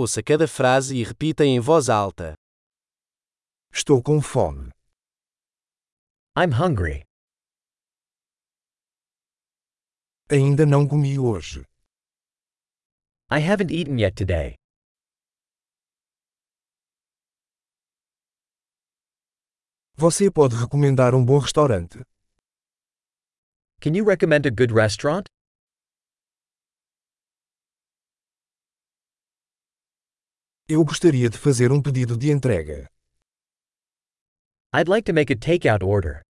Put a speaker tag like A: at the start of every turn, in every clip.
A: Ouça cada frase e repita em voz alta.
B: Estou com fome.
C: I'm hungry.
B: Ainda não comi hoje.
C: I haven't eaten yet today.
B: Você pode recomendar um bom restaurante?
C: Can you recommend a good restaurant?
B: Eu gostaria de fazer um pedido de entrega.
C: I'd like to make a takeout order.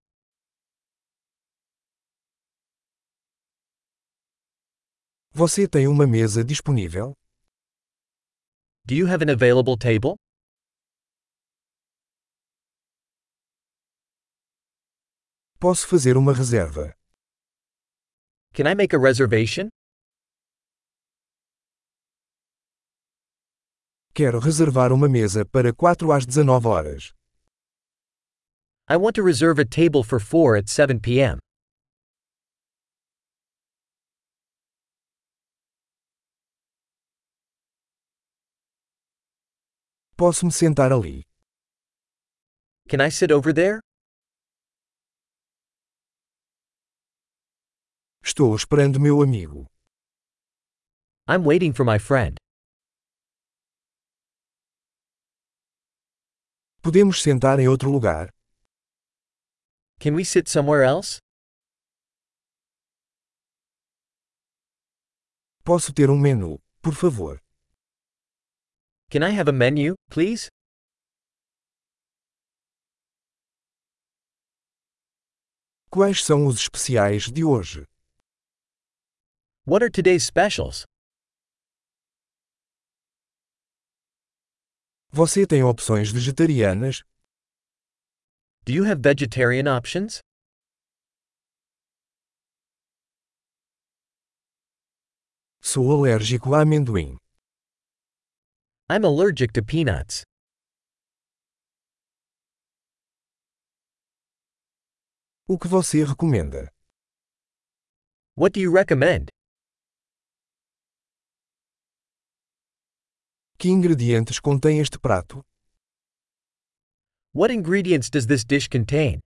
B: Você tem uma mesa disponível?
C: Do you have an available table?
B: Posso fazer uma reserva.
C: Can I make a reservation?
B: Quero reservar uma mesa para 4 às 19 horas.
C: I want to reserve a table for 4 at 7 p.m.
B: Posso me sentar ali?
C: Can I sit over there?
B: Estou esperando meu amigo.
C: I'm waiting for my friend.
B: Podemos sentar em outro lugar?
C: Can we sit somewhere else?
B: Posso ter um menu, por favor?
C: Can I have a menu, please?
B: Quais são os especiais de hoje?
C: What are today's specials?
B: Você tem opções vegetarianas?
C: Do you have vegetarian options?
B: Sou alérgico a amendoim.
C: I'm allergic to peanuts.
B: O que você recomenda?
C: What do you recommend?
B: Que ingredientes contém este prato?
C: What ingredients does this dish contain?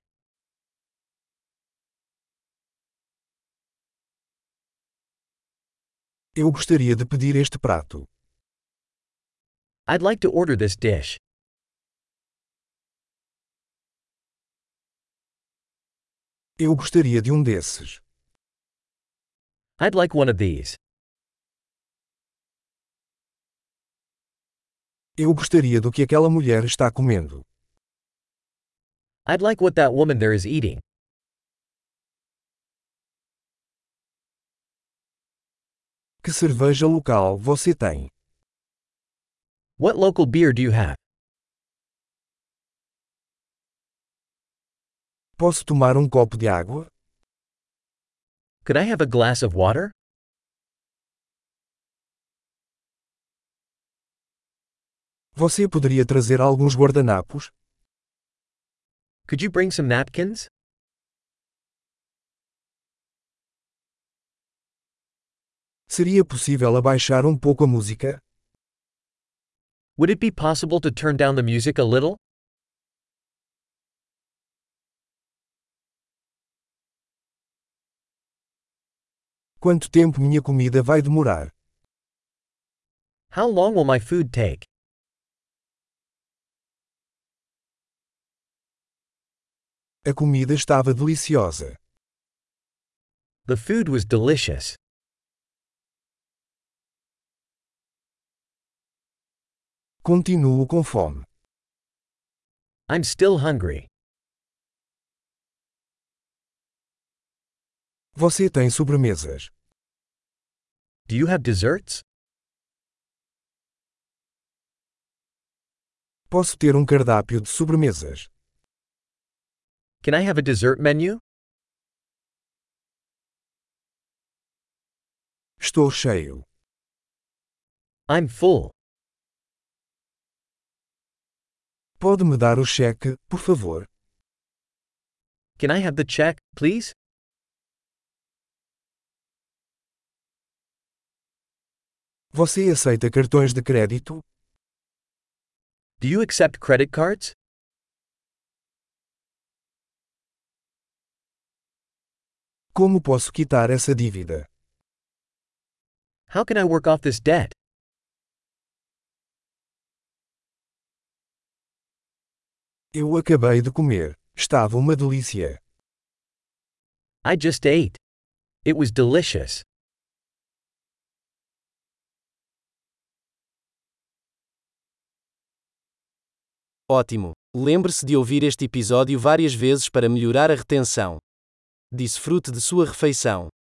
B: Eu gostaria de pedir este prato.
C: I'd like to order this dish.
B: Eu gostaria de um desses.
C: I'd like one of these.
B: Eu gostaria do que aquela mulher está comendo.
C: I'd like what that woman there is eating.
B: Que cerveja local você tem?
C: What local beer do you have?
B: Posso tomar um copo de água?
C: Could I have a glass of water?
B: Você poderia trazer alguns guardanapos?
C: Could you bring some napkins?
B: Seria possível abaixar um pouco a música?
C: Would it be possible to turn down the music a little?
B: Quanto tempo minha comida vai demorar?
C: How long will my food take?
B: A comida estava deliciosa.
C: The food was delicious.
B: Continuo com fome.
C: I'm still hungry.
B: Você tem sobremesas?
C: Do you have desserts?
B: Posso ter um cardápio de sobremesas?
C: Can I have a dessert menu?
B: Estou cheio.
C: I'm full.
B: Pode me dar o cheque, por favor?
C: Can I have the check, please?
B: Você aceita cartões de crédito?
D: Do you accept credit cards?
E: Como posso quitar essa dívida?
D: How can I work off this debt?
E: Eu acabei de comer. Estava uma delícia.
D: I just ate. It was delicious.
B: Ótimo! Lembre-se de ouvir este episódio várias vezes para melhorar a retenção. Desfrute de sua refeição.